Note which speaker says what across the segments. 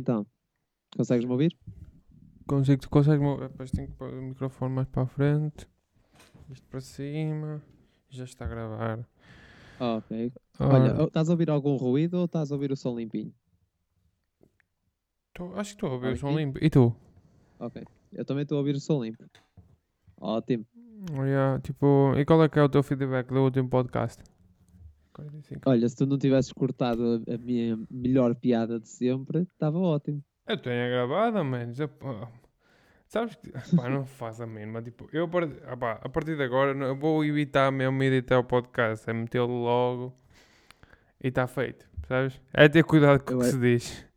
Speaker 1: Então, Consegues me ouvir?
Speaker 2: Consigo, tu consegues mover? Depois tenho que pôr o microfone mais para a frente. Isto para cima. Já está a gravar. Ah,
Speaker 1: Ok.
Speaker 2: Ora,
Speaker 1: Olha, estás a ouvir algum ruído ou estás a ouvir o som limpinho?
Speaker 2: tô- acho que estou a ouvir o som
Speaker 1: aqui.
Speaker 2: limpo. E tu?
Speaker 1: Ok. Eu também estou a ouvir o som limpo. Ótimo.
Speaker 2: Olha, tipo, e qual é que é o teu feedback do último podcast? 45.
Speaker 1: Olha, se tu não tivesses cortado a, a minha melhor piada de sempre, estava ótimo.
Speaker 2: Eu tenho a gravada, mano. Já, pá. sabes que. Pá, não faz a mínima. Tipo, eu a partir, ah, pá, a partir de agora não- eu vou evitar mesmo editar o podcast. É metê-lo logo e está feito. Sabes? É ter cuidado com o
Speaker 1: Eu
Speaker 2: que
Speaker 1: a-
Speaker 2: se diz.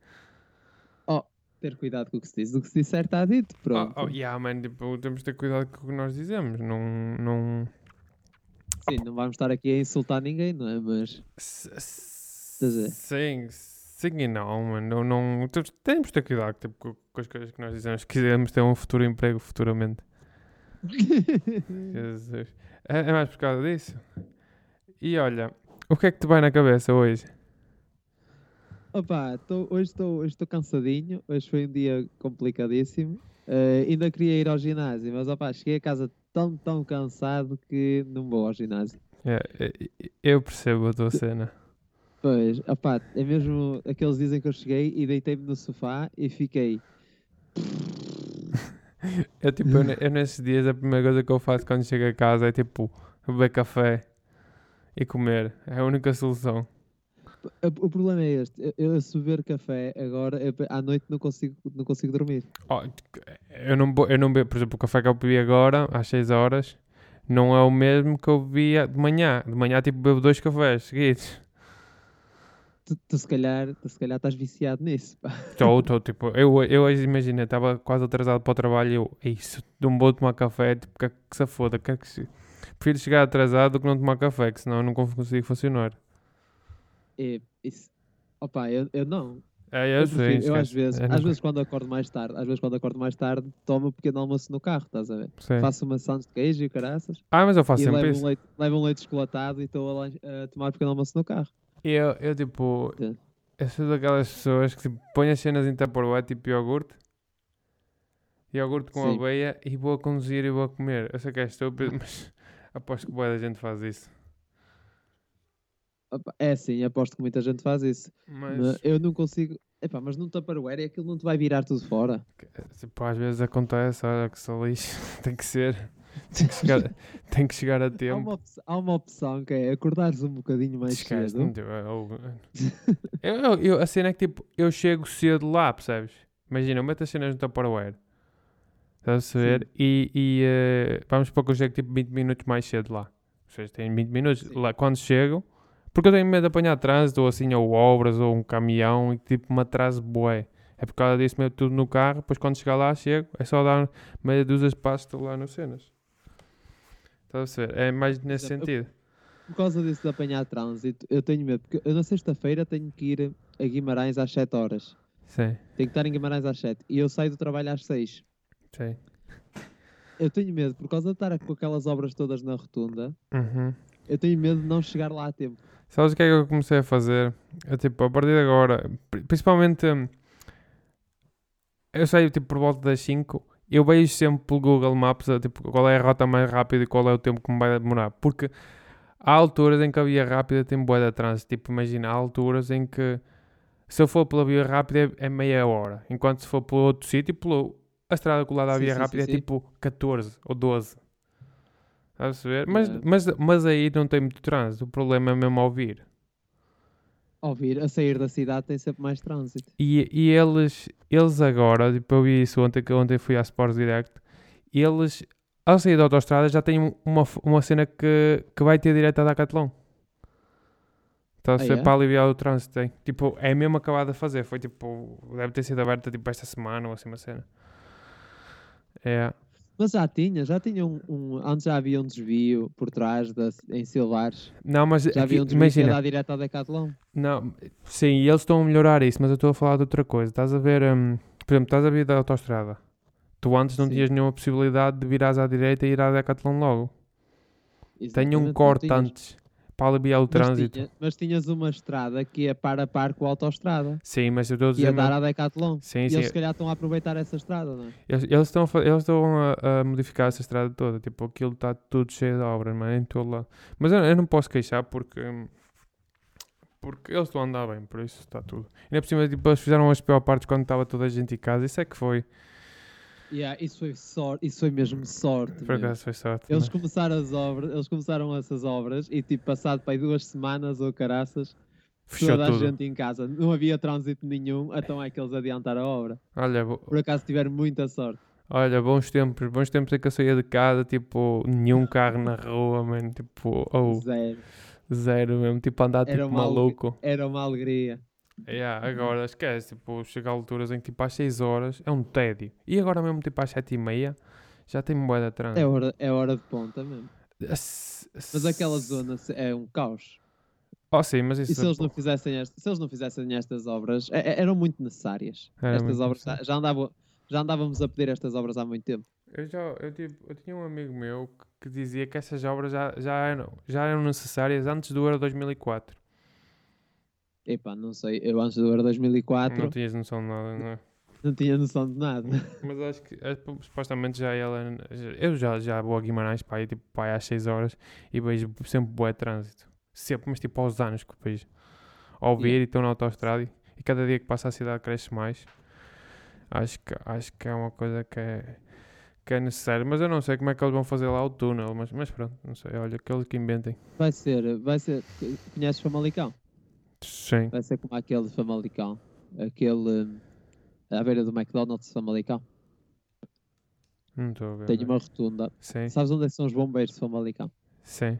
Speaker 1: Ter cuidado com o que se diz. O que se disser está dito. Pronto.
Speaker 2: Oh, oh, yeah, man, tipo, temos de ter cuidado com o que nós dizemos. Não. não...
Speaker 1: Sim, não vamos estar aqui a insultar ninguém, não é? Mas
Speaker 2: S- s-
Speaker 1: dizer?
Speaker 2: Sim, sim e não, mano. Não, não... temos- Temos de ter cuidado tipo, co- com as coisas que nós dizemos. Se quisermos ter um futuro emprego futuramente. Jesus. É, é mais por causa disso. E olha, o que é que te vai na cabeça hoje?
Speaker 1: Opa, tô- hoje estou hoje estou cansadinho, hoje foi um dia complicadíssimo. Eh, ainda queria ir ao ginásio, mas opa, cheguei a casa tão, tão cansado que não vou ao ginásio.
Speaker 2: É, é, é, eu percebo a tua cena.
Speaker 1: Pois, opa, é mesmo aqueles dias em que eu cheguei e deitei-me no sofá e fiquei.
Speaker 2: Eu, tipo, eu, ne- eu nesses dias a primeira coisa que eu faço quando chego a casa é tipo beber café e comer. É a única solução.
Speaker 1: O problema é este, eu- eu se beber café agora, eu pe- à noite não consigo, não consigo dormir.
Speaker 2: Ó, eu não, bo- eu não bebo, por exemplo, o café que eu bebi agora, às 6 horas, não é o mesmo que eu bebia de manhã. De manhã, tipo, bebo dois cafés seguidos.
Speaker 1: Tu, tu se calhar, tu se calhar estás viciado nisso. pá.
Speaker 2: Estou, estou, tipo, eu, eu hoje, imagina, estava quase atrasado para o trabalho e eu, isso, não vou tomar café, tipo, que, que se foda, quero que se... Prefiro chegar atrasado do que não tomar café, que senão eu não con- consigo funcionar.
Speaker 1: É, isso. Opa, eu, eu não,
Speaker 2: É, eu,
Speaker 1: Eu,
Speaker 2: sei,
Speaker 1: prefiro- eu
Speaker 2: esquece.
Speaker 1: às vezes,
Speaker 2: É, não
Speaker 1: às vezes quando acordo mais tarde, às vezes quando acordo mais tarde, tomo um pequeno almoço no carro, estás a ver?
Speaker 2: sei.
Speaker 1: Faço uma sandes de queijo e o caraças
Speaker 2: Ah, mas eu faço
Speaker 1: e
Speaker 2: sempre
Speaker 1: levo
Speaker 2: isso.
Speaker 1: um, leite, levo um leite descolatado e estou a, lan- a tomar um pequeno almoço no carro.
Speaker 2: Eu, eu tipo,
Speaker 1: Sim.
Speaker 2: eu sou daquelas pessoas que tipo, põe as cenas em Tupperware, tipo iogurte, iogurte com
Speaker 1: Sim.
Speaker 2: aveia e vou a conduzir e vou a comer. Eu sei que é estúpido, mas aposto que boa da gente faz isso.
Speaker 1: Opa, É assim, aposto que muita gente faz isso.
Speaker 2: Mas,
Speaker 1: Mas Eu não consigo. Epá, mas num Tupperware aquilo não te vai virar tudo fora.
Speaker 2: tipo, às vezes acontece, olha que sou lixo, tem que ser, tem que chegar, tem que chegar a
Speaker 1: Há
Speaker 2: tempo.
Speaker 1: uma, opção, há uma opção que é acordares um bocadinho mais
Speaker 2: Esquece,
Speaker 1: cedo.
Speaker 2: não, tipo, eu- eu- eu- eu- a cena é que tipo, eu chego cedo lá, percebes? Imagina, eu meto as cenas no Tupperware. Estás a ver? E, e eh, vamos para que eu chego tipo 20 minutos mais cedo lá. Ou seja, tenho 20 minutos.
Speaker 1: Sim.
Speaker 2: Lá, quando chego, porque eu tenho medo de apanhar trânsito ou assim, ou obras, ou um caminhão e tipo me atraso bué. É por causa disso mesmo tudo no carro. Depois quando chegar lá, chego. É só dar meia dúzia de passos estou lá nas cenas. Estás a ver? É mais nesse
Speaker 1: exemplo,
Speaker 2: sentido.
Speaker 1: Por causa disso de apanhar trânsito, eu tenho medo, porque eu na sexta-feira tenho que ir a Guimarães às 7 horas.
Speaker 2: Sim,
Speaker 1: Tenho que estar em Guimarães às 7 e eu saio do trabalho às 6.
Speaker 2: sim.
Speaker 1: Eu tenho medo, por causa de estar com aquelas obras todas na rotunda,
Speaker 2: Uhum.
Speaker 1: eu tenho medo de não chegar lá a tempo.
Speaker 2: Sabes o que é que eu comecei a fazer? Eu, tipo, a partir de agora, pri- principalmente, hum, eu saio tipo por volta das 5, eu vejo sempre pelo Google Maps eh, tipo, qual é a rota mais rápida e qual é o tempo que me vai demorar. Porque há alturas em que a via rápida tem boa de trânsito. Tipo, imagina, há alturas em que se eu for pela via rápida é é meia hora, enquanto se for pelo outro sítio, pelo, a estrada colada à
Speaker 1: Sim,
Speaker 2: via
Speaker 1: sim,
Speaker 2: rápida
Speaker 1: sim,
Speaker 2: é
Speaker 1: sim.
Speaker 2: tipo 14 ou 12. Estás a perceber? Mas,
Speaker 1: Yeah.
Speaker 2: mas, mas aí não tem muito trânsito, o problema é mesmo ouvir.
Speaker 1: Ao vir, a sair da cidade tem sempre mais trânsito.
Speaker 2: E, e eles, eles agora, tipo, eu vi isso ontem, que ontem fui à Sports Direct, eles, ao sair da autostrada, já têm um- uma, f- uma cena que, que vai ter direto a Decathlon. Então,
Speaker 1: Ah,
Speaker 2: se é?
Speaker 1: é?
Speaker 2: para aliviar o trânsito, tem. Tipo, é mesmo acabado de fazer. Foi tipo, deve ter sido aberta tipo esta semana ou assim uma cena. É,
Speaker 1: Mas já tinha, já tinha um. um- antes já havia um desvio por trás da- em Silvares.
Speaker 2: não, mas
Speaker 1: Já
Speaker 2: aqui-
Speaker 1: havia um desvio que ia
Speaker 2: imagina,
Speaker 1: dar direto à Decathlon.
Speaker 2: Não, sim, e eles estão a melhorar isso, mas eu estou a falar de outra coisa. Estás a ver, hum, por exemplo, estás a vir da autostrada. Tu antes não
Speaker 1: Sim.
Speaker 2: tinhas nenhuma possibilidade de virares à direita e ir à Decathlon logo. Tenho um
Speaker 1: Exatamente, não
Speaker 2: corte
Speaker 1: tinhas.
Speaker 2: antes. para aliviar o trânsito.
Speaker 1: tinha- mas tinhas uma estrada que é par a par com a autoestrada.
Speaker 2: Sim, mas eu estou a
Speaker 1: Que ia
Speaker 2: dizer.
Speaker 1: dar
Speaker 2: mesmo-
Speaker 1: à Decathlon.
Speaker 2: Sim,
Speaker 1: E
Speaker 2: sim.
Speaker 1: eles se calhar estão a aproveitar essa estrada, não é?
Speaker 2: Eles eles estão a, fa- eles estão a, a modificar essa estrada toda. Tipo, aquilo está tudo cheio de obras, mano, em todo lado. Mas eu, eu não posso queixar porque. hum, Porque eles estão a andar bem, por isso está tudo. Ainda por cima, tipo, eles fizeram as pior partes quando estava toda a gente em casa. Isso é que foi.
Speaker 1: Yeah, é, isso foi sorte, isso foi mesmo sorte.
Speaker 2: Por
Speaker 1: meu.
Speaker 2: acaso foi sorte.
Speaker 1: Eles
Speaker 2: né?
Speaker 1: começaram as obras, eles começaram essas obras e tipo passado para aí duas semanas ou caraças,
Speaker 2: Fechou
Speaker 1: toda
Speaker 2: tudo.
Speaker 1: a gente em casa, não havia trânsito nenhum, então é que eles adiantaram a obra.
Speaker 2: Olha, bo-
Speaker 1: Por acaso tiveram muita sorte.
Speaker 2: olha, bons tempos. Bons tempos é que eu saía de casa, tipo, nenhum carro na rua, mano. Tipo, ou
Speaker 1: Zero.
Speaker 2: zero mesmo. Tipo, andar
Speaker 1: Era
Speaker 2: tipo
Speaker 1: uma alu-
Speaker 2: maluco.
Speaker 1: Era uma alegria.
Speaker 2: Yeah, agora esquece, tipo, chega a alturas em que tipo às 6 horas é um tédio. E agora mesmo tipo às 7 e meia já tem moeda de
Speaker 1: É
Speaker 2: trânsito.
Speaker 1: hora, é hora de ponta mesmo. Mas
Speaker 2: Mas
Speaker 1: aquela zona se- é um caos.
Speaker 2: Oh sim, mas isso
Speaker 1: E se eles não fizessem, est- se eles não fizessem estas obras, é- é- eram muito necessárias.
Speaker 2: Era
Speaker 1: estas
Speaker 2: muito
Speaker 1: obras
Speaker 2: necessário.
Speaker 1: já, andava, já andávamos a pedir estas obras há muito tempo.
Speaker 2: eu, já, eu, tipo, eu tinha um amigo meu que, que dizia que essas obras já, já, eram, já eram necessárias antes do Euro 2004.
Speaker 1: Epá, não sei, eu antes do Euro 2004
Speaker 2: Não
Speaker 1: não,
Speaker 2: tinhas noção de nada, não é?
Speaker 1: tinha noção de nada.
Speaker 2: Mas acho que eh, pô, supostamente já ela. já- Eu já, já vou a Guimarães para aí, tipo, para aí às 6 horas e vejo sempre boé trânsito. Sempre, mas tipo aos anos que vejo. Ao
Speaker 1: Yeah.
Speaker 2: vir e estou na autoestrada e cada dia que passa a cidade cresce mais. Acho que, acho que é uma coisa que é, que é necessária. Mas eu não sei como é que eles vão fazer lá o túnel, mas, mas pronto, não sei. Olha, aqueles que inventem.
Speaker 1: Vai ser, vai ser, conheces Famalicão?
Speaker 2: Sim.
Speaker 1: Vai ser como aquele de Famalicão, aquele hum, à beira do McDonald's de Famalicão.
Speaker 2: Uhum. Não estou a ver.
Speaker 1: Tem
Speaker 2: bem.
Speaker 1: uma rotunda.
Speaker 2: Sim,
Speaker 1: Sabes onde é que são os bombeiros de Famalicão?
Speaker 2: sim.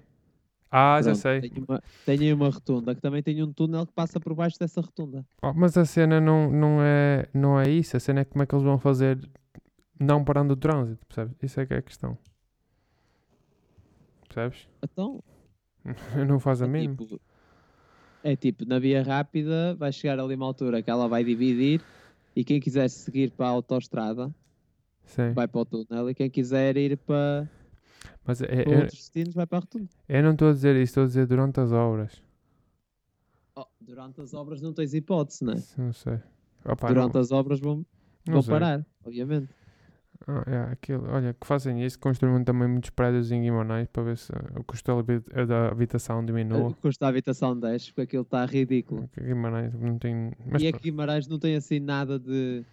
Speaker 2: Ah, já
Speaker 1: Pronto,
Speaker 2: sei.
Speaker 1: Tem, uma, tem aí uma rotunda que também tem um túnel que passa por baixo dessa rotunda.
Speaker 2: Oh, mas a cena não, não, é, não é isso. A cena é como é que eles vão fazer não parando o trânsito, percebes? Isso é que é a questão. Percebes?
Speaker 1: Então,
Speaker 2: Eu não faço a
Speaker 1: É
Speaker 2: mínima.
Speaker 1: tipo, é tipo, na via rápida vai chegar ali uma altura que ela vai dividir e quem quiser seguir para a autoestrada
Speaker 2: Sim.
Speaker 1: vai para o túnel e quem quiser ir para,
Speaker 2: Mas é-
Speaker 1: para
Speaker 2: eu,
Speaker 1: outros destinos vai para a rotunda.
Speaker 2: eu não estou a dizer isso, estou a dizer durante as obras.
Speaker 1: Oh, durante as obras não tens hipótese, não é?
Speaker 2: Isso Não sei. Opa,
Speaker 1: durante
Speaker 2: não,
Speaker 1: as obras vão,
Speaker 2: não
Speaker 1: vão
Speaker 2: sei.
Speaker 1: parar, obviamente.
Speaker 2: Ah, é, aquilo, olha, que fazem isso, construam também muitos prédios em Guimarães para ver se o custo da habi- da habitação diminua.
Speaker 1: O custo da habitação 10, porque aquilo está ridículo.
Speaker 2: Porque Guimarães não tem. Mas
Speaker 1: tipo, e é
Speaker 2: pronto.
Speaker 1: que Guimarães não tem assim nada de.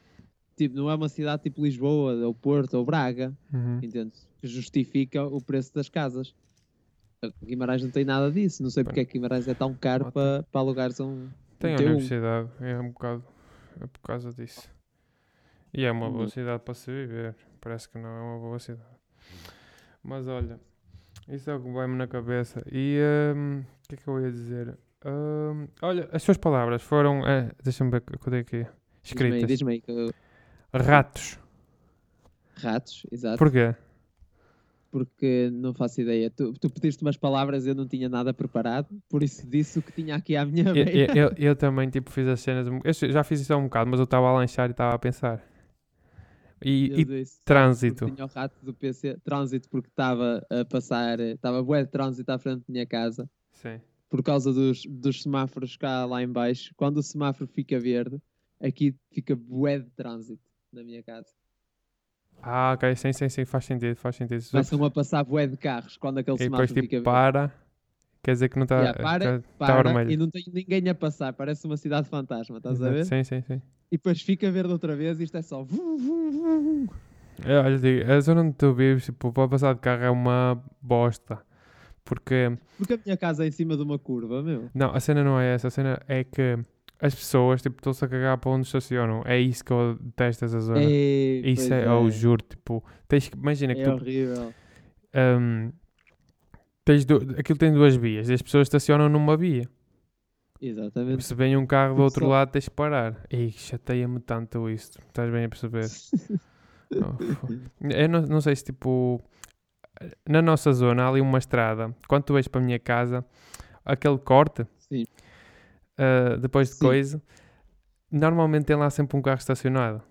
Speaker 1: Tipo, não é uma cidade tipo Lisboa, ou Porto, ou Braga.
Speaker 2: Uhum.
Speaker 1: entendes? Que justifica o preço das casas. Guimarães não tem nada disso. Não sei porque é que Guimarães é tão caro
Speaker 2: Ótimo.
Speaker 1: para pa alugares um.
Speaker 2: Tem a
Speaker 1: Tem um.
Speaker 2: universidade, é um bocado é por causa disso. E é uma boa
Speaker 1: Hum.
Speaker 2: cidade para se viver. Parece que não é uma boa cidade. Mas olha, isso é o que vai-me na cabeça. E hum, o que é que eu ia dizer? Hum, olha, as suas palavras foram. eh, Deixa-me ver o que eu tenho aqui.
Speaker 1: Diz-me aí,
Speaker 2: Escritas.
Speaker 1: diz-me aí que eu-
Speaker 2: Ratos.
Speaker 1: ratos, exato.
Speaker 2: Porquê?
Speaker 1: Porque não faço ideia. Tu, tu pediste umas palavras, eu não tinha nada preparado, por isso disse o que tinha aqui à minha
Speaker 2: Eu, eu,
Speaker 1: beira.
Speaker 2: eu- eu também tipo, fiz as cenas. um- Eu já fiz isso há um bocado, mas eu estava a lanchar e estava a pensar. E,
Speaker 1: Eu
Speaker 2: e
Speaker 1: disse,
Speaker 2: trânsito.
Speaker 1: porque Tinha o rato do PC, trânsito, porque estava a passar, estava bué de trânsito à frente da minha casa,
Speaker 2: Sim.
Speaker 1: por causa dos, dos semáforos cá lá em baixo. Quando o semáforo fica verde, aqui fica bué de trânsito na minha casa.
Speaker 2: Ah, ok, sim, sim, sim, faz sentido, faz sentido. Só-
Speaker 1: Começam a passar bué de carros quando aquele
Speaker 2: E depois
Speaker 1: semáforo
Speaker 2: tipo
Speaker 1: fica verde.
Speaker 2: para, quer dizer que não tá- está
Speaker 1: Yeah, para,
Speaker 2: vermelho.
Speaker 1: e não tem ninguém a passar, parece uma cidade fantasma, estás a ver?
Speaker 2: Sim, sim, sim.
Speaker 1: E depois fica verde outra vez e isto é só. vum, vum, vum, vum.
Speaker 2: É, olha, digo, a zona onde tu vives, tipo, para passar de carro é uma bosta. Porque,
Speaker 1: Porque a minha casa é em cima de uma curva, meu.
Speaker 2: não, a cena não é essa, a cena é que as pessoas, tipo, estão-se a cagar para onde estacionam. É isso que eu detesto essa zona.
Speaker 1: Ei, pois
Speaker 2: isso é, eu juro, tipo, tens que, imagina que
Speaker 1: é
Speaker 2: tu
Speaker 1: horrível.
Speaker 2: hum, tens du- aquilo tem duas vias e as pessoas estacionam numa via.
Speaker 1: Exatamente.
Speaker 2: Se vem um carro do
Speaker 1: Porque
Speaker 2: outro
Speaker 1: só-
Speaker 2: lado, tens de parar. Ei, chateia-me tanto isto. Estás bem a perceber? Oh, fo- Eu não, não sei se, tipo, na nossa zona há ali uma estrada. Quando tu vais para a minha casa, aquele corte,
Speaker 1: Sim.
Speaker 2: ah, depois de
Speaker 1: Sim.
Speaker 2: coisa, normalmente tem lá sempre um carro estacionado.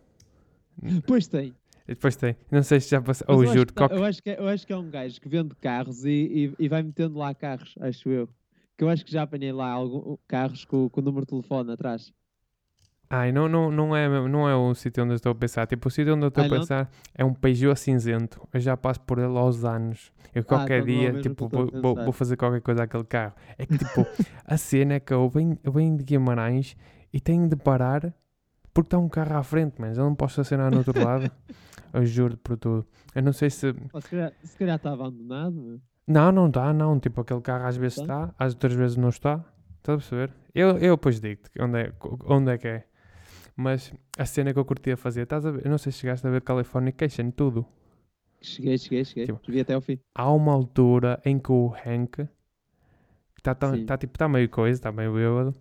Speaker 1: Pois tem.
Speaker 2: E depois tem, não sei se já passou.
Speaker 1: Mas
Speaker 2: Oh,
Speaker 1: eu, acho
Speaker 2: juro,
Speaker 1: que tá-
Speaker 2: qualquer-
Speaker 1: eu acho que é, eu acho que é um gajo que vende carros e, e, e vai metendo lá carros, acho eu. Que eu acho que já apanhei lá algum, carros com, com o número de telefone atrás.
Speaker 2: Ai, não, não, não, é, mesmo- não é o sítio onde eu estou a pensar. Tipo, o sítio onde eu estou a
Speaker 1: Ai, não?
Speaker 2: pensar é um Peugeot cinzento. Eu já passo por ele aos anos. Eu qualquer
Speaker 1: então não é o
Speaker 2: dia,
Speaker 1: mesmo que eu
Speaker 2: tipo,
Speaker 1: estou a
Speaker 2: vou, vou,
Speaker 1: pensar.
Speaker 2: vou fazer qualquer coisa àquele carro. É que, tipo, a cena é que eu venho, eu venho de Guimarães e tenho de parar porque está um carro à frente, mas eu não posso estacionar no outro lado. Eu juro por tudo. Eu não sei se...
Speaker 1: Ou se calhar se calhar está abandonado. meu.
Speaker 2: Não, não está, não. Tipo, aquele carro às vezes está, às outras vezes não está. Estás a perceber? Eu, eu depois digo-te onde é, onde é que é. Mas a cena que eu curtia fazer, estás a ver? Eu não sei se chegaste a ver Californication, tudo.
Speaker 1: Cheguei, cheguei, cheguei.
Speaker 2: Tipo,
Speaker 1: Vi até ao fim.
Speaker 2: Há uma altura em que o Hank está
Speaker 1: Sim.
Speaker 2: tá, tipo, tá meio coisa, está meio bêbado,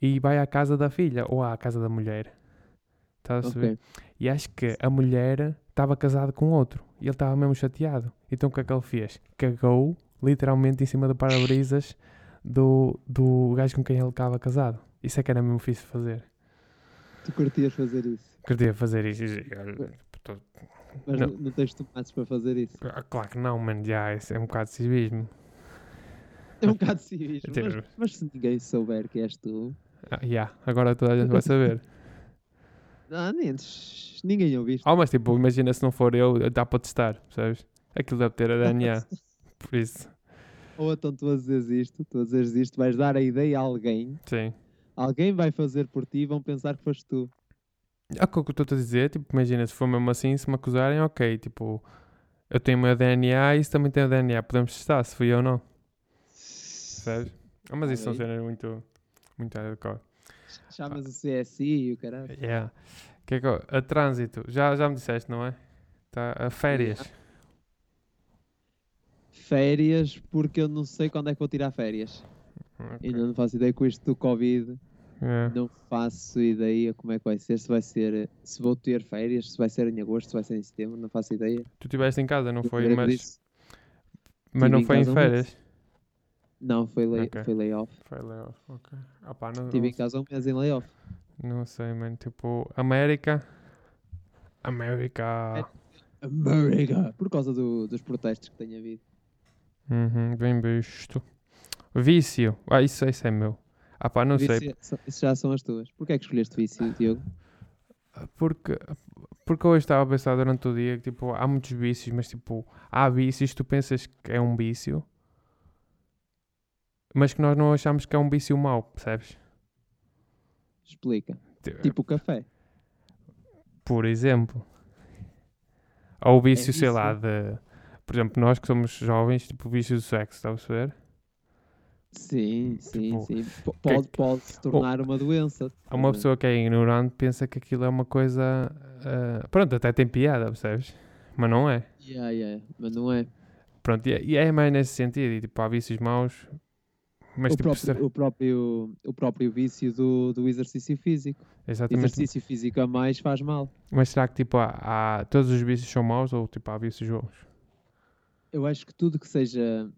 Speaker 2: e vai à casa da filha ou à casa da mulher. Estás a perceber?
Speaker 1: Ok.
Speaker 2: E acho que a mulher estava casada com outro. E ele estava mesmo chateado. Então o que é que ele fez? Cagou literalmente em cima do para-brisas do, do gajo com quem ele estava casado. Isso é que era mesmo fixe de fazer.
Speaker 1: Tu curtias fazer isso.
Speaker 2: Queria fazer isso. e-
Speaker 1: Mas
Speaker 2: Não.
Speaker 1: não, não tens tomates para fazer isso.
Speaker 2: Ah, Claro que não, mano. Já, isso é um bocado de civismo.
Speaker 1: É um bocado civismo.
Speaker 2: Tipo-
Speaker 1: Mas, mas se ninguém souber que és tu.
Speaker 2: Ah, Já, agora toda a gente vai saber.
Speaker 1: Ah, nem, shh, ninguém ouviste.
Speaker 2: Ah, mas tipo, imagina se não for eu, dá para testar, percebes? Aquilo deve ter a DNA. Por isso,
Speaker 1: Ou então tu a dizeres isto, tu a dizeres isto, vais dar a ideia a alguém.
Speaker 2: sim.
Speaker 1: Alguém vai fazer por ti e vão pensar que foste tu.
Speaker 2: É o que eu estou a dizer, tipo, imagina, se for mesmo assim, se me acusarem, ok, tipo, eu tenho o meu DNA e isso também tem o DNA, podemos testar se fui eu ou não, percebes? Ah, mas isso são
Speaker 1: Ok.
Speaker 2: cenas muito, muito hardcore.
Speaker 1: Chamas o CSI e o caralho.
Speaker 2: Yeah. Que é que eu- a trânsito, já, já me disseste, não é? Tá, a férias.
Speaker 1: Férias, porque eu não sei quando é que vou tirar férias.
Speaker 2: Ok.
Speaker 1: Ainda não faço ideia com isto do Covid.
Speaker 2: Yeah.
Speaker 1: Não faço ideia como é que vai ser. Se vai ser, se vou ter férias, se vai ser em agosto, se vai ser em setembro, não faço ideia.
Speaker 2: Tu estiveste em casa, não
Speaker 1: Eu
Speaker 2: foi?
Speaker 1: lembro
Speaker 2: Mas,
Speaker 1: disso.
Speaker 2: mas não
Speaker 1: Estive em
Speaker 2: foi em
Speaker 1: casa um mês.
Speaker 2: férias?
Speaker 1: Não, foi, lay,
Speaker 2: Ok.
Speaker 1: foi layoff.
Speaker 2: Foi layoff, ok. Ah pá, não,
Speaker 1: Estive
Speaker 2: não,
Speaker 1: em casa um mês em layoff.
Speaker 2: não sei, mano, tipo, América...
Speaker 1: É
Speaker 2: América...
Speaker 1: América! Por causa do- dos protestos que tem havido.
Speaker 2: Uhum, bem visto. Vício. Ah, isso, isso é meu. Ah pá, não sei.
Speaker 1: Vício- são- Isso já são as tuas. Porquê é que escolheste vício, Diogo?
Speaker 2: Porque, porque hoje estava a pensar durante o dia que tipo, há muitos vícios, mas tipo, há vícios que tu pensas que é um vício, mas que nós não achamos que é um vício mau, percebes?
Speaker 1: Explica.
Speaker 2: Ti-
Speaker 1: Tipo o café.
Speaker 2: Por exemplo. Ou o vício, sei
Speaker 1: É vício.
Speaker 2: lá, de. Por exemplo, nós que somos jovens, tipo, o vício do sexo, está a perceber?
Speaker 1: Sim, sim,
Speaker 2: Tipo,
Speaker 1: sim. P- Pode, pode se tornar uma doença.
Speaker 2: Há uma pessoa que é ignorante pensa que aquilo é uma coisa. ah, pronto, até tem piada, percebes? Mas não é.
Speaker 1: Yeah, yeah, mas não é.
Speaker 2: Pronto, e é, e é mais nesse sentido. E tipo, há vícios maus, mas
Speaker 1: o,
Speaker 2: tipo,
Speaker 1: próprio,
Speaker 2: ser-
Speaker 1: o, próprio, o próprio vício do, do exercício físico.
Speaker 2: exatamente.
Speaker 1: Exercício físico a mais faz mal.
Speaker 2: Mas será que tipo, há, há- todos os vícios são maus ou tipo, há vícios bons?
Speaker 1: Eu acho que tudo que seja.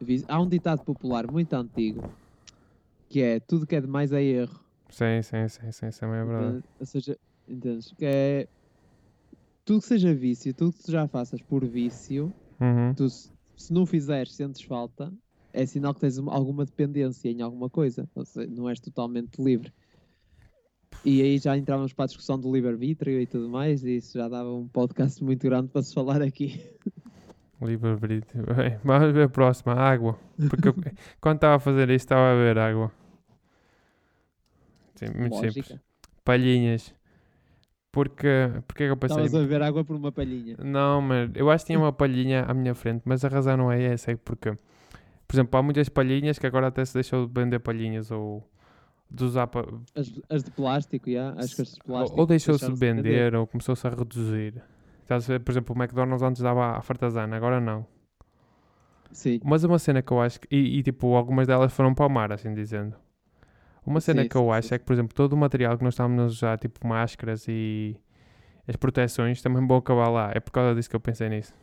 Speaker 1: vi- Há um ditado popular muito antigo que é tudo que é demais é erro.
Speaker 2: Sim, sim, sim, sim, isso também é verdade.
Speaker 1: Entende? Ou seja, entendes? Que é. Tudo que seja vício, tudo que tu já faças por vício,
Speaker 2: Uhum.
Speaker 1: tu, se se não fizeres, sentes falta, é sinal que tens uma- alguma dependência em alguma coisa. Ou seja, não és totalmente livre. E aí já entrávamos para a discussão do livre-arbítrio e tudo mais, e isso já dava um podcast muito grande para se falar aqui.
Speaker 2: Livre arbítrio. Bem, vamos ver a próxima, água. Porque eu- quando estava a fazer isto, estava a ver água. Sim, muito simples.
Speaker 1: Lógica.
Speaker 2: Palhinhas. Porque, porque é que eu pensei?
Speaker 1: Estavas a beber água por uma palhinha.
Speaker 2: Não, mas eu acho que tinha uma palhinha à minha frente, mas a razão não é essa, é porque, por exemplo, há muitas palhinhas que agora até se deixou de vender palhinhas ou de usar pa-
Speaker 1: As, as de plástico, já, as caixas de
Speaker 2: ou,
Speaker 1: plástico.
Speaker 2: ou deixou-se de
Speaker 1: deixaram-se de
Speaker 2: vender, ou começou-se a reduzir. Estás a ver? Por exemplo, o McDonald's antes dava a fartazana, agora não.
Speaker 1: Sim,
Speaker 2: Mas uma cena que eu acho que, e, e, tipo, algumas delas foram para o mar, assim dizendo. Uma cena
Speaker 1: Sim,
Speaker 2: que eu
Speaker 1: sim,
Speaker 2: acho
Speaker 1: sim.
Speaker 2: é que, por exemplo, todo o material que nós estamos a usar, tipo máscaras e as proteções, também vão acabar lá. É por causa disso que eu pensei nisso.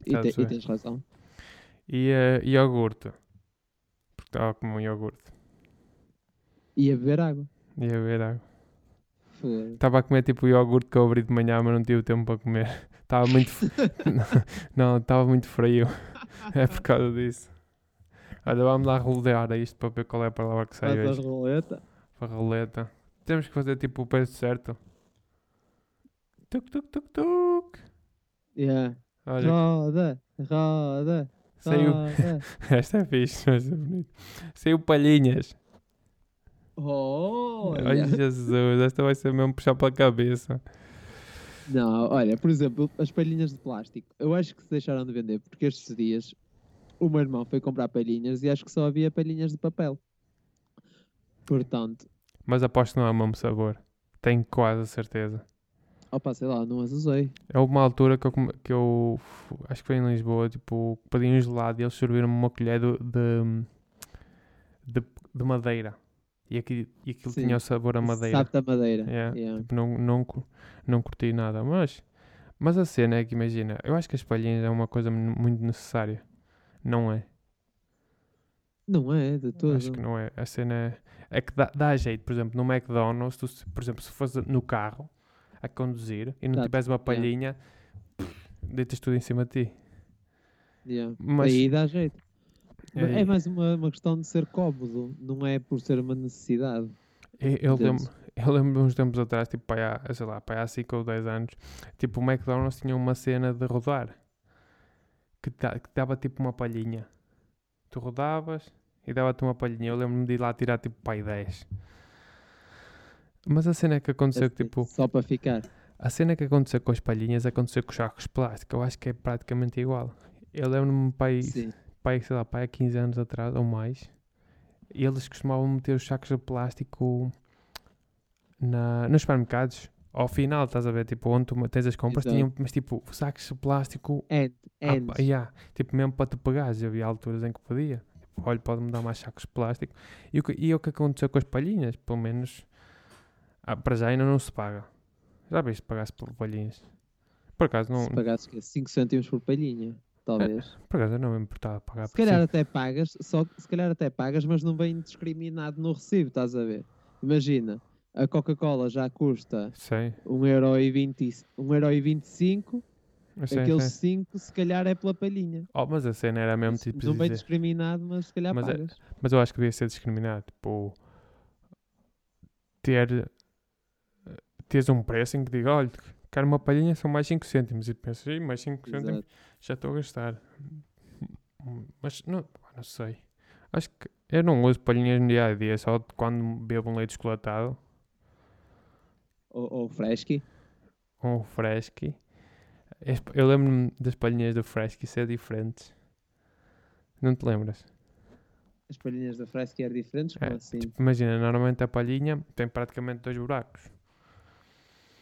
Speaker 1: e, te-
Speaker 2: sabes
Speaker 1: e
Speaker 2: bem.
Speaker 1: tens razão.
Speaker 2: E eh, iogurte. Porque estava a comer um iogurte.
Speaker 1: E a beber água.
Speaker 2: E a beber água.
Speaker 1: Foda.
Speaker 2: Estava a comer tipo o iogurte que eu abri de manhã, mas não tive tempo para comer. Estava muito. f- não, estava muito frio. é por causa disso. Olha, vamos lá rodear isto para ver qual é a palavra que sai
Speaker 1: Faz a
Speaker 2: hoje.
Speaker 1: roleta.
Speaker 2: Para a roleta. Temos que fazer tipo o peso certo. Tuk tuk tuk tuk.
Speaker 1: Yeah.
Speaker 2: Olha,
Speaker 1: Roda, roda,
Speaker 2: saiu.
Speaker 1: roda.
Speaker 2: Esta é fixe, mas é bonito. Saiu palhinhas.
Speaker 1: Oh,
Speaker 2: Ai Jesus, esta vai ser mesmo puxar para a cabeça.
Speaker 1: Não, olha, por exemplo, as palhinhas de plástico. Eu acho que se deixaram de vender porque estes dias o meu irmão foi comprar palhinhas e acho que só havia palhinhas de papel. Portanto,
Speaker 2: Mas aposto que não é o mesmo sabor. Tenho quase a certeza.
Speaker 1: opa, sei lá, não as usei.
Speaker 2: É uma altura que eu, come- que eu f- acho que foi em Lisboa, tipo, pedi um gelado e eles serviram-me uma colher do- de, de, de madeira. E, aqui, e aquilo
Speaker 1: Sim.
Speaker 2: tinha o sabor a madeira.
Speaker 1: Sabe da madeira.
Speaker 2: Yeah.
Speaker 1: Yeah.
Speaker 2: Tipo, não, não, cu- não curti nada. Mas, mas a cena é que imagina, eu acho que as palhinhas é uma coisa mu- muito necessária. Não é?
Speaker 1: Não é, de todo.
Speaker 2: Acho que não é. A cena é, é que dá, dá jeito, por exemplo, no McDonald's, tu, se- por exemplo, se fosse no carro a conduzir e não
Speaker 1: Tá,
Speaker 2: tivesse uma palhinha, deitas tudo em cima de ti.
Speaker 1: Yeah.
Speaker 2: Mas
Speaker 1: Aí dá jeito.
Speaker 2: é,
Speaker 1: É mais uma, uma questão de ser cômodo, não é por ser uma necessidade.
Speaker 2: eu, eu
Speaker 1: Entendo.
Speaker 2: lembro, eu lembro de uns tempos atrás, tipo, para há, sei lá, para há 5 ou 10 anos, tipo, o McDonald's tinha uma cena de rodar que, da- que dava tipo uma palhinha. Tu rodavas e dava-te uma palhinha. Eu lembro-me de ir lá tirar tipo pai 10. Mas a cena que aconteceu que tipo.
Speaker 1: É Só para ficar.
Speaker 2: A cena que aconteceu com as palhinhas aconteceu com os charcos de plástico. Eu acho que é praticamente igual. Eu lembro-me, um pai,
Speaker 1: Sim.
Speaker 2: pai, sei lá, pai há 15 anos atrás ou mais, eles costumavam meter os sacos de plástico na, nos supermercados. Ao final, estás a ver, tipo, onde tu tens as compras,
Speaker 1: Exato.
Speaker 2: tinham, mas tipo, sacos de plástico.
Speaker 1: And,
Speaker 2: à
Speaker 1: and.
Speaker 2: pa- Ah, yeah, tipo, mesmo para te pegares. Havia alturas em que podia. Tipo, olha, pode-me dar mais sacos de plástico. E o, que, e o que aconteceu com as palhinhas? Pelo menos, ah, para já ainda não se paga. Já viste, pagasse por palhinhas. Por acaso, não,
Speaker 1: Se pagasses 5 cêntimos por palhinha, talvez.
Speaker 2: por acaso eu não me importava pagar
Speaker 1: Se
Speaker 2: por
Speaker 1: calhar até pagas, só que se calhar até pagas, mas não vem discriminado no recibo, estás a ver? Imagina, a Coca-Cola já custa
Speaker 2: Sei,
Speaker 1: 1,20 1,25€,
Speaker 2: eu sei,
Speaker 1: aqueles
Speaker 2: sei.
Speaker 1: 5 se calhar é pela palhinha.
Speaker 2: Oh, mas a cena era mesmo tipo.
Speaker 1: não vem
Speaker 2: dizer-
Speaker 1: discriminado, mas se calhar
Speaker 2: Mas é-
Speaker 1: pagas.
Speaker 2: Mas eu acho que devia ser discriminado. Tipo, ter. Teres um preço em que diga, olha, quero uma palhinha, são mais 5 cêntimos. E tu pensas, "Ih, mais 5 cêntimos,
Speaker 1: Exato.
Speaker 2: já estou a gastar. Mas não, pá, não sei. Acho que eu não uso palhinhas no dia a dia, só quando bebo um leite descolatado
Speaker 1: Ou, ou fresque.
Speaker 2: ou um fresky. É Eu lembro-me das palhinhas do fresky ser diferentes. Não te lembras?
Speaker 1: As palhinhas da fresque eram diferentes, como
Speaker 2: É,
Speaker 1: assim?
Speaker 2: tipo, imagina, normalmente a palhinha tem praticamente dois buracos.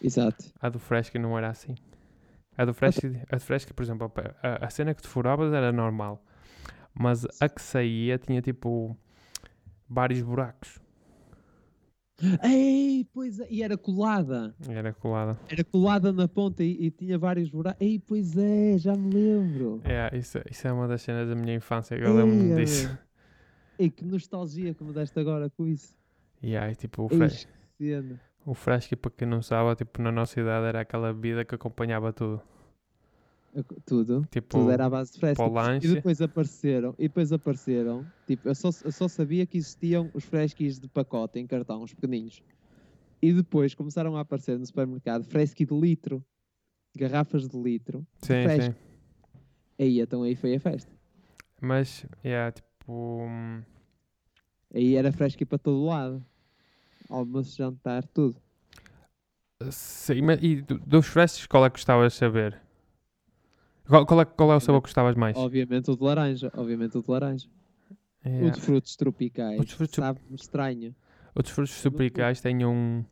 Speaker 1: Exato.
Speaker 2: A do Fresca não era assim. A do Fresca, a do Fresca por exemplo, a pa- a, a cena que tu furavas era normal. Mas a que saía tinha tipo vários buracos.
Speaker 1: Ei, pois é, e era colada.
Speaker 2: E Era colada.
Speaker 1: Era colada na ponta e, e tinha vários buracos. Ei, pois é, já me lembro.
Speaker 2: É, isso, isso é uma das cenas da minha infância. Eu
Speaker 1: Ei,
Speaker 2: lembro-me
Speaker 1: olha.
Speaker 2: disso.
Speaker 1: Ei, que nostalgia que me deste agora com isso.
Speaker 2: E aí, tipo, o,
Speaker 1: Ei,
Speaker 2: fres,
Speaker 1: que cena.
Speaker 2: o Fresca, para quem não sabe, tipo, na nossa idade era aquela bebida que acompanhava tudo.
Speaker 1: Eu- Tudo.
Speaker 2: Tipo,
Speaker 1: Tudo era à base de fresca.
Speaker 2: para o lanche.
Speaker 1: E depois apareceram, e depois apareceram, tipo, eu só, eu só sabia que existiam os fresquis de pacote em cartão, os pequeninos. E depois começaram a aparecer no supermercado fresqui de litro, garrafas de litro.
Speaker 2: sim,
Speaker 1: fresca.
Speaker 2: sim.
Speaker 1: Aí então aí foi a festa.
Speaker 2: Mas, é, tipo, hum,
Speaker 1: Aí era fresqui para todo lado. Almoço, jantar, tudo.
Speaker 2: Sim, mas e do- dos frescos qual é que gostavas de saber? Qual, qual é, qual é o sabor que gostavas mais?
Speaker 1: Obviamente o de laranja, obviamente o de laranja. O
Speaker 2: Yeah.
Speaker 1: de frutos tropicais.
Speaker 2: O É. de frutos-
Speaker 1: Sabe-me estranho.
Speaker 2: Os frutos tropicais têm um,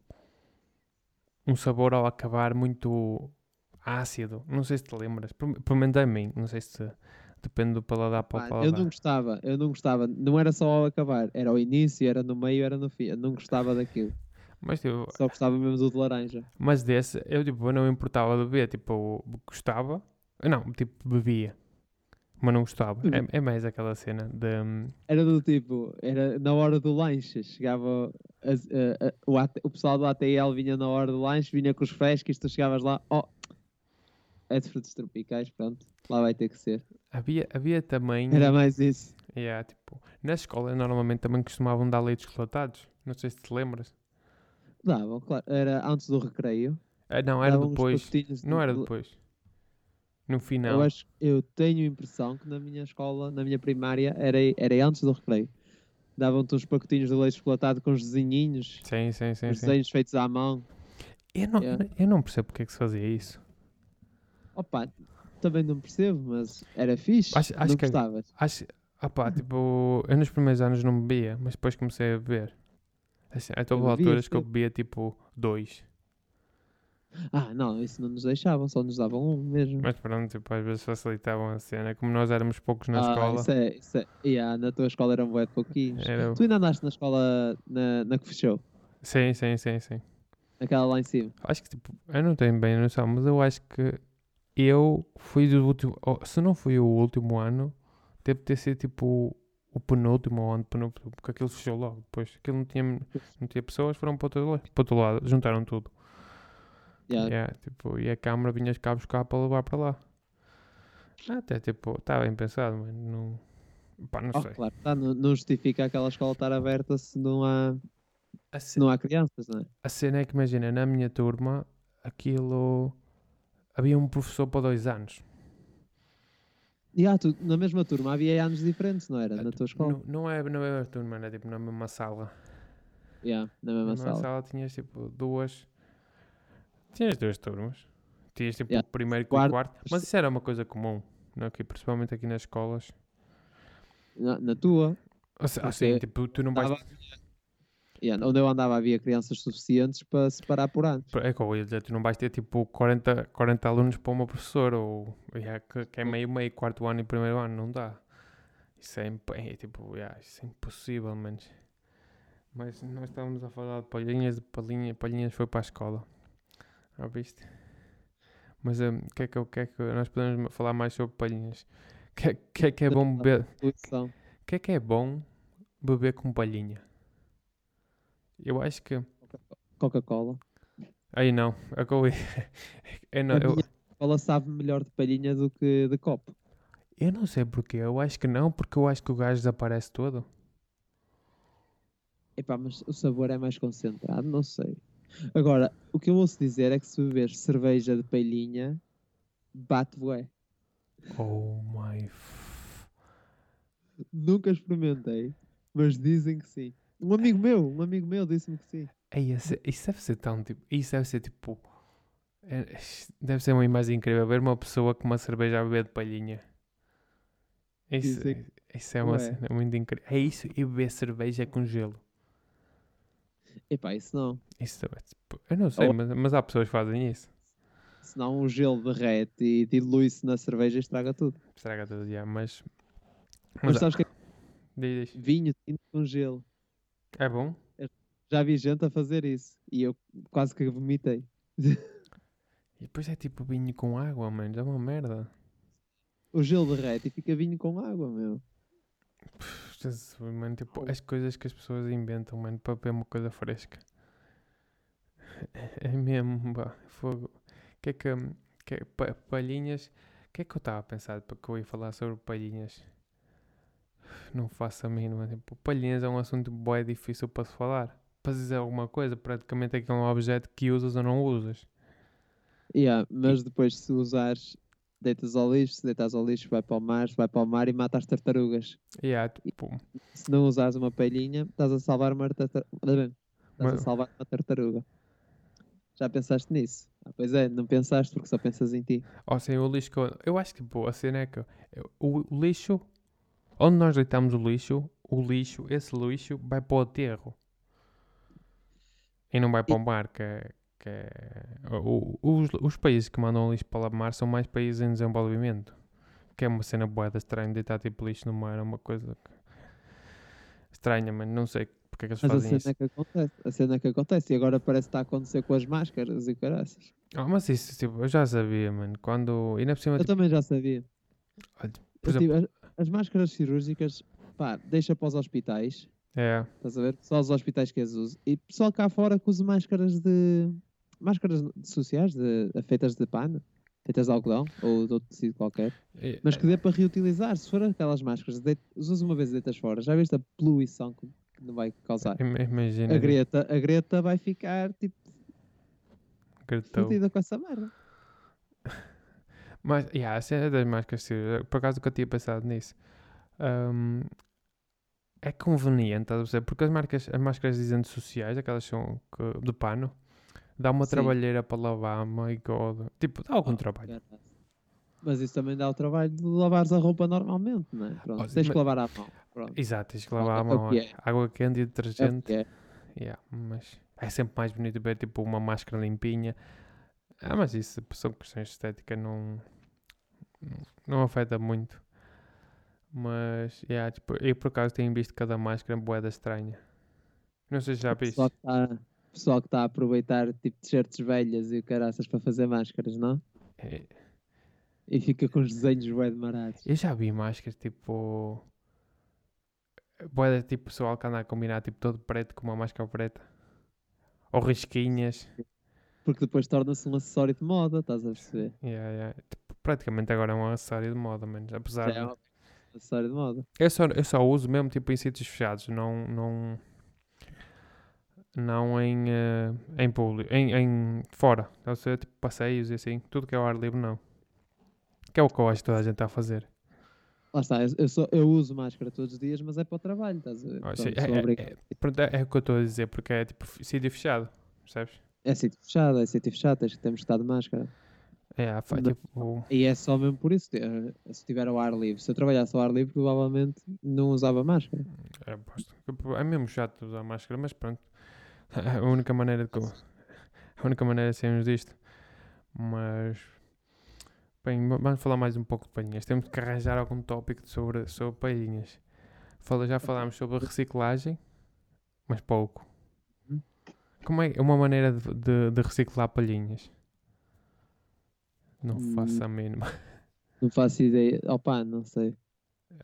Speaker 2: um sabor ao acabar muito ácido. Não sei se te lembras. Pelo pelo menos a mim. Não sei se depende do paladar para o
Speaker 1: Pá, eu
Speaker 2: paladar.
Speaker 1: não gostava, eu não gostava, não era só ao acabar, era ao início, era no meio, era no fim, eu não gostava daquilo,
Speaker 2: Mas, tipo,
Speaker 1: só gostava mesmo do de laranja.
Speaker 2: mas desse, eu tipo, eu não me importava de beber. Tipo, eu gostava. Não, tipo, bebia. Mas não gostava. É, é mais aquela cena de... hum,
Speaker 1: Era do tipo, era na hora do lanche, chegava as- a- a- o, AT o pessoal do ATL vinha na hora do lanche, vinha com os frescos, tu chegavas lá, oh, é de frutos tropicais, pronto, lá vai ter que ser.
Speaker 2: Havia, havia também...
Speaker 1: Era mais isso.
Speaker 2: Yeah, tipo, na escola normalmente também costumavam dar leites colatados. Não sei se te lembras.
Speaker 1: Davam, claro. Era antes do recreio.
Speaker 2: Ah, não, era
Speaker 1: davam uns
Speaker 2: depois.
Speaker 1: pacotinhos de-
Speaker 2: Não era
Speaker 1: de-
Speaker 2: depois. No
Speaker 1: Eu,
Speaker 2: final.
Speaker 1: acho, eu tenho a impressão que na minha escola, na minha primária, era, era antes do recreio. Davam-te uns pacotinhos de leite chocolatado com os desenhinhos,
Speaker 2: Sim, sim, sim.
Speaker 1: os
Speaker 2: sim.
Speaker 1: desenhos feitos à mão.
Speaker 2: Eu, não,
Speaker 1: Yeah.
Speaker 2: eu não percebo porque é que se fazia isso.
Speaker 1: Opa, também não percebo, mas era fixe.
Speaker 2: Acho- acho
Speaker 1: não
Speaker 2: que- é-
Speaker 1: gostavas.
Speaker 2: Acho. Ah
Speaker 1: Hum.
Speaker 2: pá, tipo, eu nos primeiros anos não bebia, mas depois comecei a beber. Assim, até houve
Speaker 1: Eu bebia,
Speaker 2: alturas que eu
Speaker 1: sim.
Speaker 2: bebia tipo dois.
Speaker 1: Ah, não, isso não nos deixavam, só nos davam um mesmo.
Speaker 2: Mas pronto, tipo, às vezes facilitavam a cena. Como nós éramos poucos na
Speaker 1: ah,
Speaker 2: escola.
Speaker 1: Isso é, isso é, yeah, na tua escola eram bué de pouquinhos.
Speaker 2: Era...
Speaker 1: Tu ainda andaste na escola na, na que fechou,
Speaker 2: Sim, sim, sim, sim.
Speaker 1: naquela lá em cima.
Speaker 2: Acho que tipo, eu não tenho bem noção, mas eu acho que eu fui do último, ou, se não fui o último ano, deve ter sido tipo o penúltimo ou antepenúltimo, porque aquilo fechou logo depois. Aquilo não tinha, não tinha pessoas, foram para outro, la- para outro lado, juntaram tudo.
Speaker 1: Yeah.
Speaker 2: Yeah, tipo, e a câmara vinha cá buscar para levar para lá. Até tipo, está bem pensado, mas não. Pá, não
Speaker 1: Oh,
Speaker 2: sei.
Speaker 1: claro, tá, não, não justifica aquela escola estar aberta se não há,
Speaker 2: A
Speaker 1: se não há crianças, não é?
Speaker 2: A cena é que imagina, na minha turma, aquilo. Havia um professor para dois anos.
Speaker 1: E ah, tu, na mesma turma havia anos diferentes, não era?
Speaker 2: Ah,
Speaker 1: É Na tua
Speaker 2: Não,
Speaker 1: escola?
Speaker 2: não é na mesma turma, era tipo na mesma sala.
Speaker 1: Yeah, na
Speaker 2: Na
Speaker 1: mesma
Speaker 2: mesma
Speaker 1: sala.
Speaker 2: sala tinhas tipo duas. Tinhas duas turmas. Tinhas tipo
Speaker 1: Yeah.
Speaker 2: o primeiro com o
Speaker 1: Quarto,
Speaker 2: quarto. Mas isso era uma coisa comum, não aqui, principalmente aqui nas escolas.
Speaker 1: Na, na tua,
Speaker 2: Ou se-
Speaker 1: Porque
Speaker 2: Assim, tipo, tu não vais.
Speaker 1: dava- yeah, onde eu andava havia crianças suficientes para separar por ano.
Speaker 2: É como eu ia dizer, tu não vais ter tipo 40, 40 alunos para uma professora, ou yeah, que, que é
Speaker 1: Sim.
Speaker 2: meio, meio, quarto ano e primeiro ano, não dá. Isso é, imp- é, tipo, yeah, isso é impossível, manos. Mas nós estávamos a falar de palhinhas, de palhinha, palhinhas foi para a escola. Já viste? Mas hum, o que, é que, eu- o que é que nós podemos falar mais sobre palhinhas? O que, é- que é que é bom beber?
Speaker 1: Tuição.
Speaker 2: O que é que é bom beber com palhinha? Eu acho que.
Speaker 1: Coca-Cola.
Speaker 2: Aí não, é que eu ia- é não,
Speaker 1: A
Speaker 2: eu-
Speaker 1: minha Coca-Cola sabe melhor de palhinha do que de copo.
Speaker 2: Eu não sei porquê, eu acho que não, porque eu acho que o gás desaparece todo.
Speaker 1: Epá, mas o sabor é mais concentrado, não sei. Agora, o que eu ouço dizer é que se beberes cerveja de palhinha, bate bué.
Speaker 2: Oh my f...
Speaker 1: Nunca experimentei, mas dizem que sim. Um amigo meu, um amigo meu disse-me que sim.
Speaker 2: Ei, esse- isso deve ser tão tipo. Isso deve ser tipo. é- Deve ser uma imagem incrível ver uma pessoa com uma cerveja a beber de palhinha. Isso,
Speaker 1: Isso é que-
Speaker 2: isso é uma
Speaker 1: Ué.
Speaker 2: cena muito incrível. É isso e beber cerveja com gelo.
Speaker 1: Epá, isso não.
Speaker 2: Isso é tipo, Eu não sei,
Speaker 1: Ou-
Speaker 2: mas, mas há pessoas que fazem isso.
Speaker 1: Senão o um gelo derrete e dilui-se na cerveja e estraga tudo.
Speaker 2: Estraga todo dia, é mas.
Speaker 1: Mas
Speaker 2: Mas, há-
Speaker 1: sabes que é
Speaker 2: diz, diz.
Speaker 1: vinho tinto com um gelo.
Speaker 2: É bom?
Speaker 1: Já vi gente a fazer isso e eu quase que vomitei.
Speaker 2: E depois é tipo vinho com água, mano. É uma merda.
Speaker 1: O gelo derrete e fica vinho com água, meu.
Speaker 2: Jesus, mano, tipo,
Speaker 1: Au.
Speaker 2: as coisas que as pessoas inventam, mano, para beber uma coisa fresca. É mesmo, pá, fogo. Que é que, hum, que é- pa- palhinhas, o que é que eu estava a pensar para que eu ia falar sobre palhinhas? Não faço a mínima, tipo, palhinhas é um assunto bué difícil para se falar. Para se dizer alguma coisa, praticamente é que é um objeto que usas ou não usas.
Speaker 1: Yeah, mas depois se usares, deitas ao lixo, se deitas ao lixo, vai para o mar, se vai para o mar e mata as tartarugas.
Speaker 2: E há, tipo,
Speaker 1: Se não usares uma palhinha, estás a salvar uma tartaruga. Estás a
Speaker 2: Mas-
Speaker 1: salvar uma tartaruga. Já pensaste nisso? Ah, pois é, não pensaste porque só pensas em ti.
Speaker 2: Ou seja, o lixo que eu, eu acho que tipo, a cena é que eu- o, o lixo, onde nós deitamos o lixo, o lixo, esse lixo vai para o aterro e não vai para o mar. Que, é- que é- o- o- os, os países que mandam lixo para o mar são mais países em desenvolvimento. Que é uma cena boeda estranha deitar tipo lixo no mar, é uma coisa que- estranha, mas não sei porque é que eles
Speaker 1: Mas a
Speaker 2: fazem
Speaker 1: cena
Speaker 2: isso.
Speaker 1: é que acontece, a cena é que acontece, e agora parece que está a acontecer com as máscaras e caraças.
Speaker 2: Ah, mas isso tipo, eu já sabia, mano. Quando. E na por cima,
Speaker 1: Eu
Speaker 2: tipo,
Speaker 1: também já sabia.
Speaker 2: olha,
Speaker 1: Eu
Speaker 2: por exemplo,
Speaker 1: tive- as, as máscaras cirúrgicas, pá, deixa para os hospitais,
Speaker 2: é,
Speaker 1: Estás a ver? Só os hospitais que as usam. E pessoal cá fora que usa máscaras de. máscaras de- sociais, de, feitas de pano. Até de algodão ou de outro tecido qualquer.
Speaker 2: E-
Speaker 1: Mas que dê para reutilizar. Se for aquelas máscaras, de... usas uma vez e deitas fora. Já viste a poluição que não vai causar?
Speaker 2: im- é, Imagina.
Speaker 1: A Greta, a Greta vai ficar tipo
Speaker 2: Cartão.
Speaker 1: fodida com essa merda.
Speaker 2: Mas, yeah, a cena das máscaras cirúrgicas, por acaso que eu tinha pensado nisso, Ahm, é conveniente, estás a perceber? Porque as, marcas, as máscaras dizem sociais, aquelas são que- de pano, dá uma
Speaker 1: Sim.
Speaker 2: trabalheira para lavar, my god. Tipo, dá algum
Speaker 1: Oh,
Speaker 2: trabalho.
Speaker 1: Mas isso também dá o trabalho de lavares a roupa normalmente, não é? Pronto,
Speaker 2: Olha,
Speaker 1: tens
Speaker 2: mas-
Speaker 1: que lavar à mão. Pronto.
Speaker 2: Exato, tens que lavar a
Speaker 1: é o
Speaker 2: mão,
Speaker 1: que é.
Speaker 2: água quente e
Speaker 1: É o
Speaker 2: detergente.
Speaker 1: que é.
Speaker 2: Yeah, mas é sempre mais bonito ver tipo uma máscara limpinha. Ah, mas isso são questões de estética, não, não- não afeta muito. Mas, yeah, tipo, eu por acaso tenho visto cada máscara boeda estranha. Não sei se já
Speaker 1: O
Speaker 2: viste.
Speaker 1: pessoal que está- o Pessoal que está a aproveitar tipo t-shirts velhas e o caraças para fazer máscaras, não?
Speaker 2: Eh,
Speaker 1: E fica com os desenhos bué de marados.
Speaker 2: Eu já vi máscaras tipo. Boeda tipo pessoal que anda a combinar tipo todo preto com uma máscara preta. Ou risquinhas.
Speaker 1: Porque depois torna-se um acessório de moda, estás a perceber?
Speaker 2: Yeah, yeah. Tipo, praticamente agora é um acessório de moda, menos. Apesar
Speaker 1: Já
Speaker 2: de
Speaker 1: é um acessório de moda.
Speaker 2: Eu só, eu só uso mesmo tipo em sítios fechados, não, não, não em, eh, em público, em, em fora. Ou seja, tipo passeios e assim, tudo que é ao ar livre não. Que é o que eu acho que toda a gente está a fazer.
Speaker 1: Lá está, eu, eu só- eu uso máscara todos os dias, mas é para o trabalho, estás a ver?
Speaker 2: Ah,
Speaker 1: Pronto,
Speaker 2: sim, é-
Speaker 1: sou
Speaker 2: é-
Speaker 1: obrigado.
Speaker 2: Pronto, é, é o que eu estou a dizer, porque é tipo f- sítio fechado, percebes?
Speaker 1: É sítio fechado, é sítio fechado, tens que temos que estar de máscara.
Speaker 2: É, há fa-
Speaker 1: Não.
Speaker 2: tipo,
Speaker 1: E é só mesmo por isso, eh, se tiver ao ar livre. Se eu trabalhasse ao ar livre, provavelmente não usava máscara.
Speaker 2: é, aposto que- é mesmo chato usar máscara, mas pronto. A única maneira de, co- a única maneira de sairmos disto. Mas bem, va- vamos falar mais um pouco de palhinhas. Temos que arranjar algum tópico sobre, sobre palhinhas. Fala, já falámos sobre reciclagem, mas pouco.
Speaker 1: Uhum.
Speaker 2: Como é uma maneira de, de, de reciclar palhinhas? Não
Speaker 1: Hum.
Speaker 2: faço a mínima.
Speaker 1: Não faço ideia. Opa, não sei.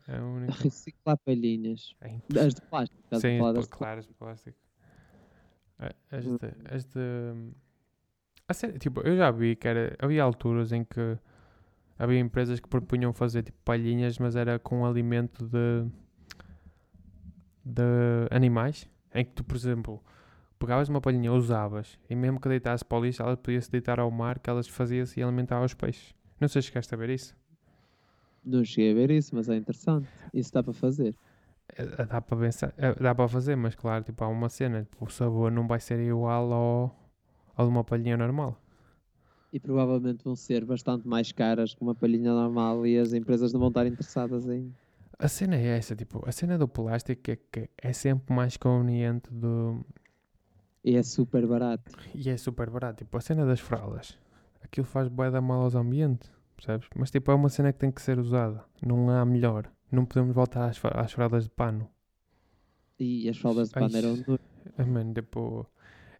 Speaker 2: É a única.
Speaker 1: Reciclar palhinhas.
Speaker 2: É impossível.
Speaker 1: As de plástico, estás a
Speaker 2: Sim,
Speaker 1: falar
Speaker 2: pô,
Speaker 1: das de plástico.
Speaker 2: claro, de plástico. A- As de, as de- A sério, tipo, eu já vi que era, havia alturas em que havia empresas que propunham fazer tipo palhinhas, mas era com alimento de, de animais, em que tu, por exemplo, pegavas uma palhinha, usavas, e mesmo que deitasse para o lixo, ela podia-se deitar ao mar, que elas fazia-se e alimentava os peixes. Não sei se chegaste a ver isso.
Speaker 1: Não cheguei a ver isso, mas é interessante. Isso dá para fazer.
Speaker 2: Eh, dá para pensar, eh, dá para fazer, mas claro, tipo, há uma cena, tipo, o sabor não vai ser igual ao, ao de uma palhinha normal.
Speaker 1: E provavelmente vão ser bastante mais caras que uma palhinha normal e as empresas não vão estar interessadas em.
Speaker 2: A cena é essa, tipo, a cena do plástico é que é sempre mais conveniente do
Speaker 1: E é super barato.
Speaker 2: e é super barato, tipo, a cena das fraldas. Aquilo faz bué da mal aos ambientes, percebes? Mas tipo, é uma cena que tem que ser usada, não há melhor. Não podemos voltar às, fra- às fraldas de pano.
Speaker 1: E as fraldas de
Speaker 2: Ai,
Speaker 1: pano eram. nu-
Speaker 2: Ah, mano, tipo,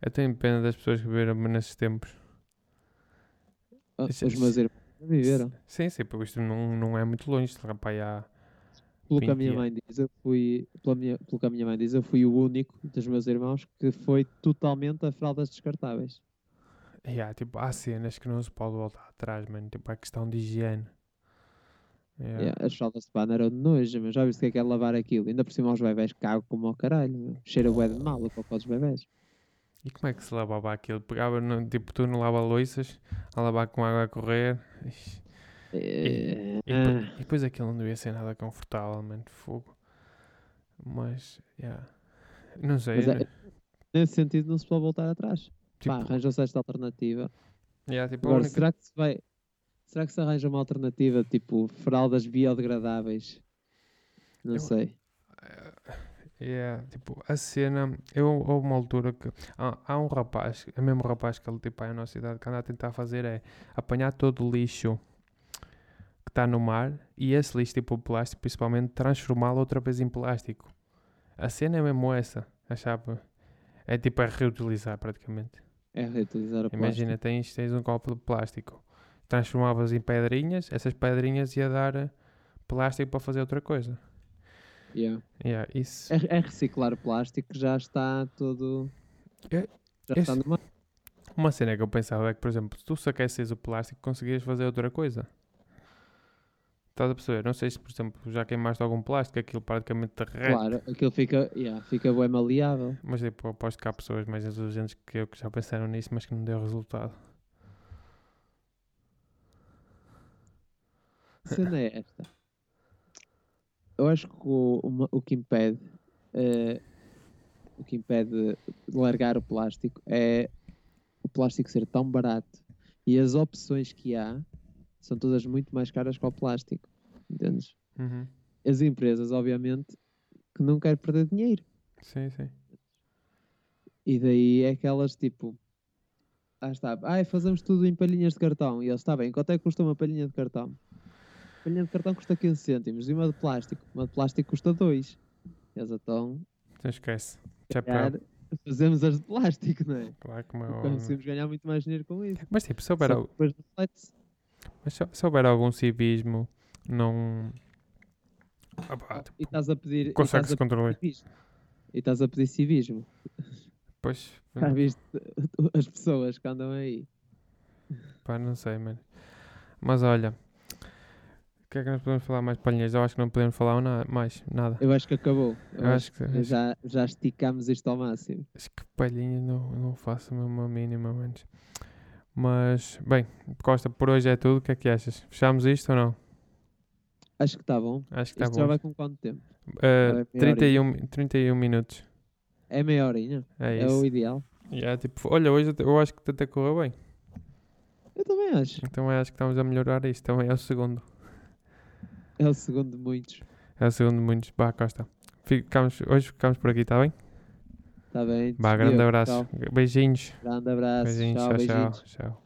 Speaker 2: eu tenho pena das pessoas que viveram nesses tempos.
Speaker 1: Ah,
Speaker 2: isso-
Speaker 1: Os meus irmãos não viveram.
Speaker 2: Sim, sim, porque isto não, não é muito longe, isto, rapaz, há...
Speaker 1: Pelo que a minha
Speaker 2: 20
Speaker 1: mãe diz, eu fui. Pela minha, pelo que a minha mãe diz, eu fui o único dos meus irmãos que foi totalmente a fraldas descartáveis.
Speaker 2: Yeah, tipo, há cenas que não se pode voltar atrás, mano. Tipo, a questão de higiene. Yeah.
Speaker 1: Yeah, as fraldas de pano eram de nojo, mas já viste o que é que é lavar aquilo. Ainda por cima aos bebés cago como ao caralho. meu. Cheira bué de mal o cocó dos bebés.
Speaker 2: E como é que se lavava aquilo? Pegava, no, tipo, tu no lava-loiças, a lavar com água a correr. Ixi.
Speaker 1: Eh,
Speaker 2: E, depois, e depois aquilo não devia ser nada confortável, mano. Fogo. Mas, yeah. Não sei.
Speaker 1: Mas é-
Speaker 2: né?
Speaker 1: nesse sentido não se pode voltar atrás. Pá,
Speaker 2: tipo,
Speaker 1: arranjou-se esta alternativa.
Speaker 2: yeah, tipo, a
Speaker 1: Agora,
Speaker 2: única-
Speaker 1: será que se vai. Será que se arranja uma alternativa tipo fraldas biodegradáveis? Não
Speaker 2: Eu-
Speaker 1: sei.
Speaker 2: É, tipo, a cena. Eu, houve uma altura que. Há, há um rapaz, é mesmo rapaz que ele, tipo, aí na nossa cidade, que anda a tentar fazer é apanhar todo o lixo que está no mar e esse lixo, tipo, o plástico, principalmente, transformá-lo outra vez em plástico. A cena é mesmo essa, a chapa. É tipo, é reutilizar praticamente.
Speaker 1: É reutilizar a plástico.
Speaker 2: Imagina, tens, tens um copo de plástico, transformavas em pedrinhas, essas pedrinhas ia dar eh, plástico para fazer outra coisa.
Speaker 1: Yeah.
Speaker 2: Yeah, isso.
Speaker 1: É, é reciclar plástico que já está todo.
Speaker 2: É-
Speaker 1: Já
Speaker 2: esse-
Speaker 1: está no mar.
Speaker 2: Uma cena que eu pensava é que, por exemplo, se tu saquesses o plástico, conseguias fazer outra coisa. Estás a perceber? Não sei se, por exemplo, já queimaste algum plástico, aquilo praticamente derrete.
Speaker 1: Claro, aquilo fica, yeah, fica bem maleável.
Speaker 2: Mas tipo, aposto que há pessoas mais inteligentes que eu que já pensaram nisso, mas que não deu resultado.
Speaker 1: A cena é esta. Eu acho que o, uma- o que impede eh, o que impede de largar o plástico é o plástico ser tão barato e as opções que há são todas muito mais caras que o plástico. Entendes?
Speaker 2: Uhum.
Speaker 1: As empresas, obviamente, que não querem perder dinheiro.
Speaker 2: Sim, sim.
Speaker 1: E daí é que elas tipo. Ah, está. Ai, fazemos tudo em palhinhas de cartão. E eles, está bem, quanto é que custa uma palhinha de cartão? Palhinha de cartão custa 15 cêntimos e uma de plástico. Uma de plástico custa 2. Eles então,
Speaker 2: Então esquece. Chapéu.
Speaker 1: cara, fazemos as de plástico, não é?
Speaker 2: Claro como é
Speaker 1: Porque
Speaker 2: óbvio.
Speaker 1: Conseguimos ganhar muito mais dinheiro com isso.
Speaker 2: Mas tipo, se houver,
Speaker 1: Só
Speaker 2: al-
Speaker 1: que depois reflete-se.
Speaker 2: mas se- se houver algum civismo, não. Ah, pá, tipo,
Speaker 1: E estás a pedir. e estás
Speaker 2: Consegue-se
Speaker 1: a pedir
Speaker 2: controlar.
Speaker 1: civismo. E estás a pedir civismo.
Speaker 2: Pois,
Speaker 1: Já viste as pessoas que andam aí.
Speaker 2: pá, não sei, mano. Mas olha, o que é que nós podemos falar mais de palhinhas? Eu acho que não podemos falar na- mais nada.
Speaker 1: Eu acho que acabou. Eu
Speaker 2: Eu acho que, acho
Speaker 1: já, já esticámos isto ao máximo.
Speaker 2: Acho que palhinha não, não faço mesmo a mínima, menos. Mas, bem, Costa, por hoje é tudo. O que é que achas? Fechamos isto ou não?
Speaker 1: Acho que está bom.
Speaker 2: Acho
Speaker 1: Isto
Speaker 2: que está
Speaker 1: já
Speaker 2: Tá bom.
Speaker 1: vai com quanto tempo?
Speaker 2: Eh,
Speaker 1: vai meia
Speaker 2: 31, 31 minutos.
Speaker 1: É meia horinha.
Speaker 2: É
Speaker 1: É,
Speaker 2: isso.
Speaker 1: o ideal.
Speaker 2: Yeah, tipo, olha, hoje até- eu acho que até correu bem.
Speaker 1: Eu também acho.
Speaker 2: Então eu acho que estamos a melhorar isto. Também é o segundo.
Speaker 1: É o segundo de muitos.
Speaker 2: É o segundo de muitos. Bah, Costa. Ficamos, hoje ficamos por aqui, está bem?
Speaker 1: Está Tá bem.
Speaker 2: Bah, grande
Speaker 1: despediu.
Speaker 2: abraço.
Speaker 1: Tchau.
Speaker 2: Beijinhos.
Speaker 1: Grande abraço.
Speaker 2: Beijinhos.
Speaker 1: tchau,
Speaker 2: tchau,
Speaker 1: beijinhos.
Speaker 2: tchau. tchau.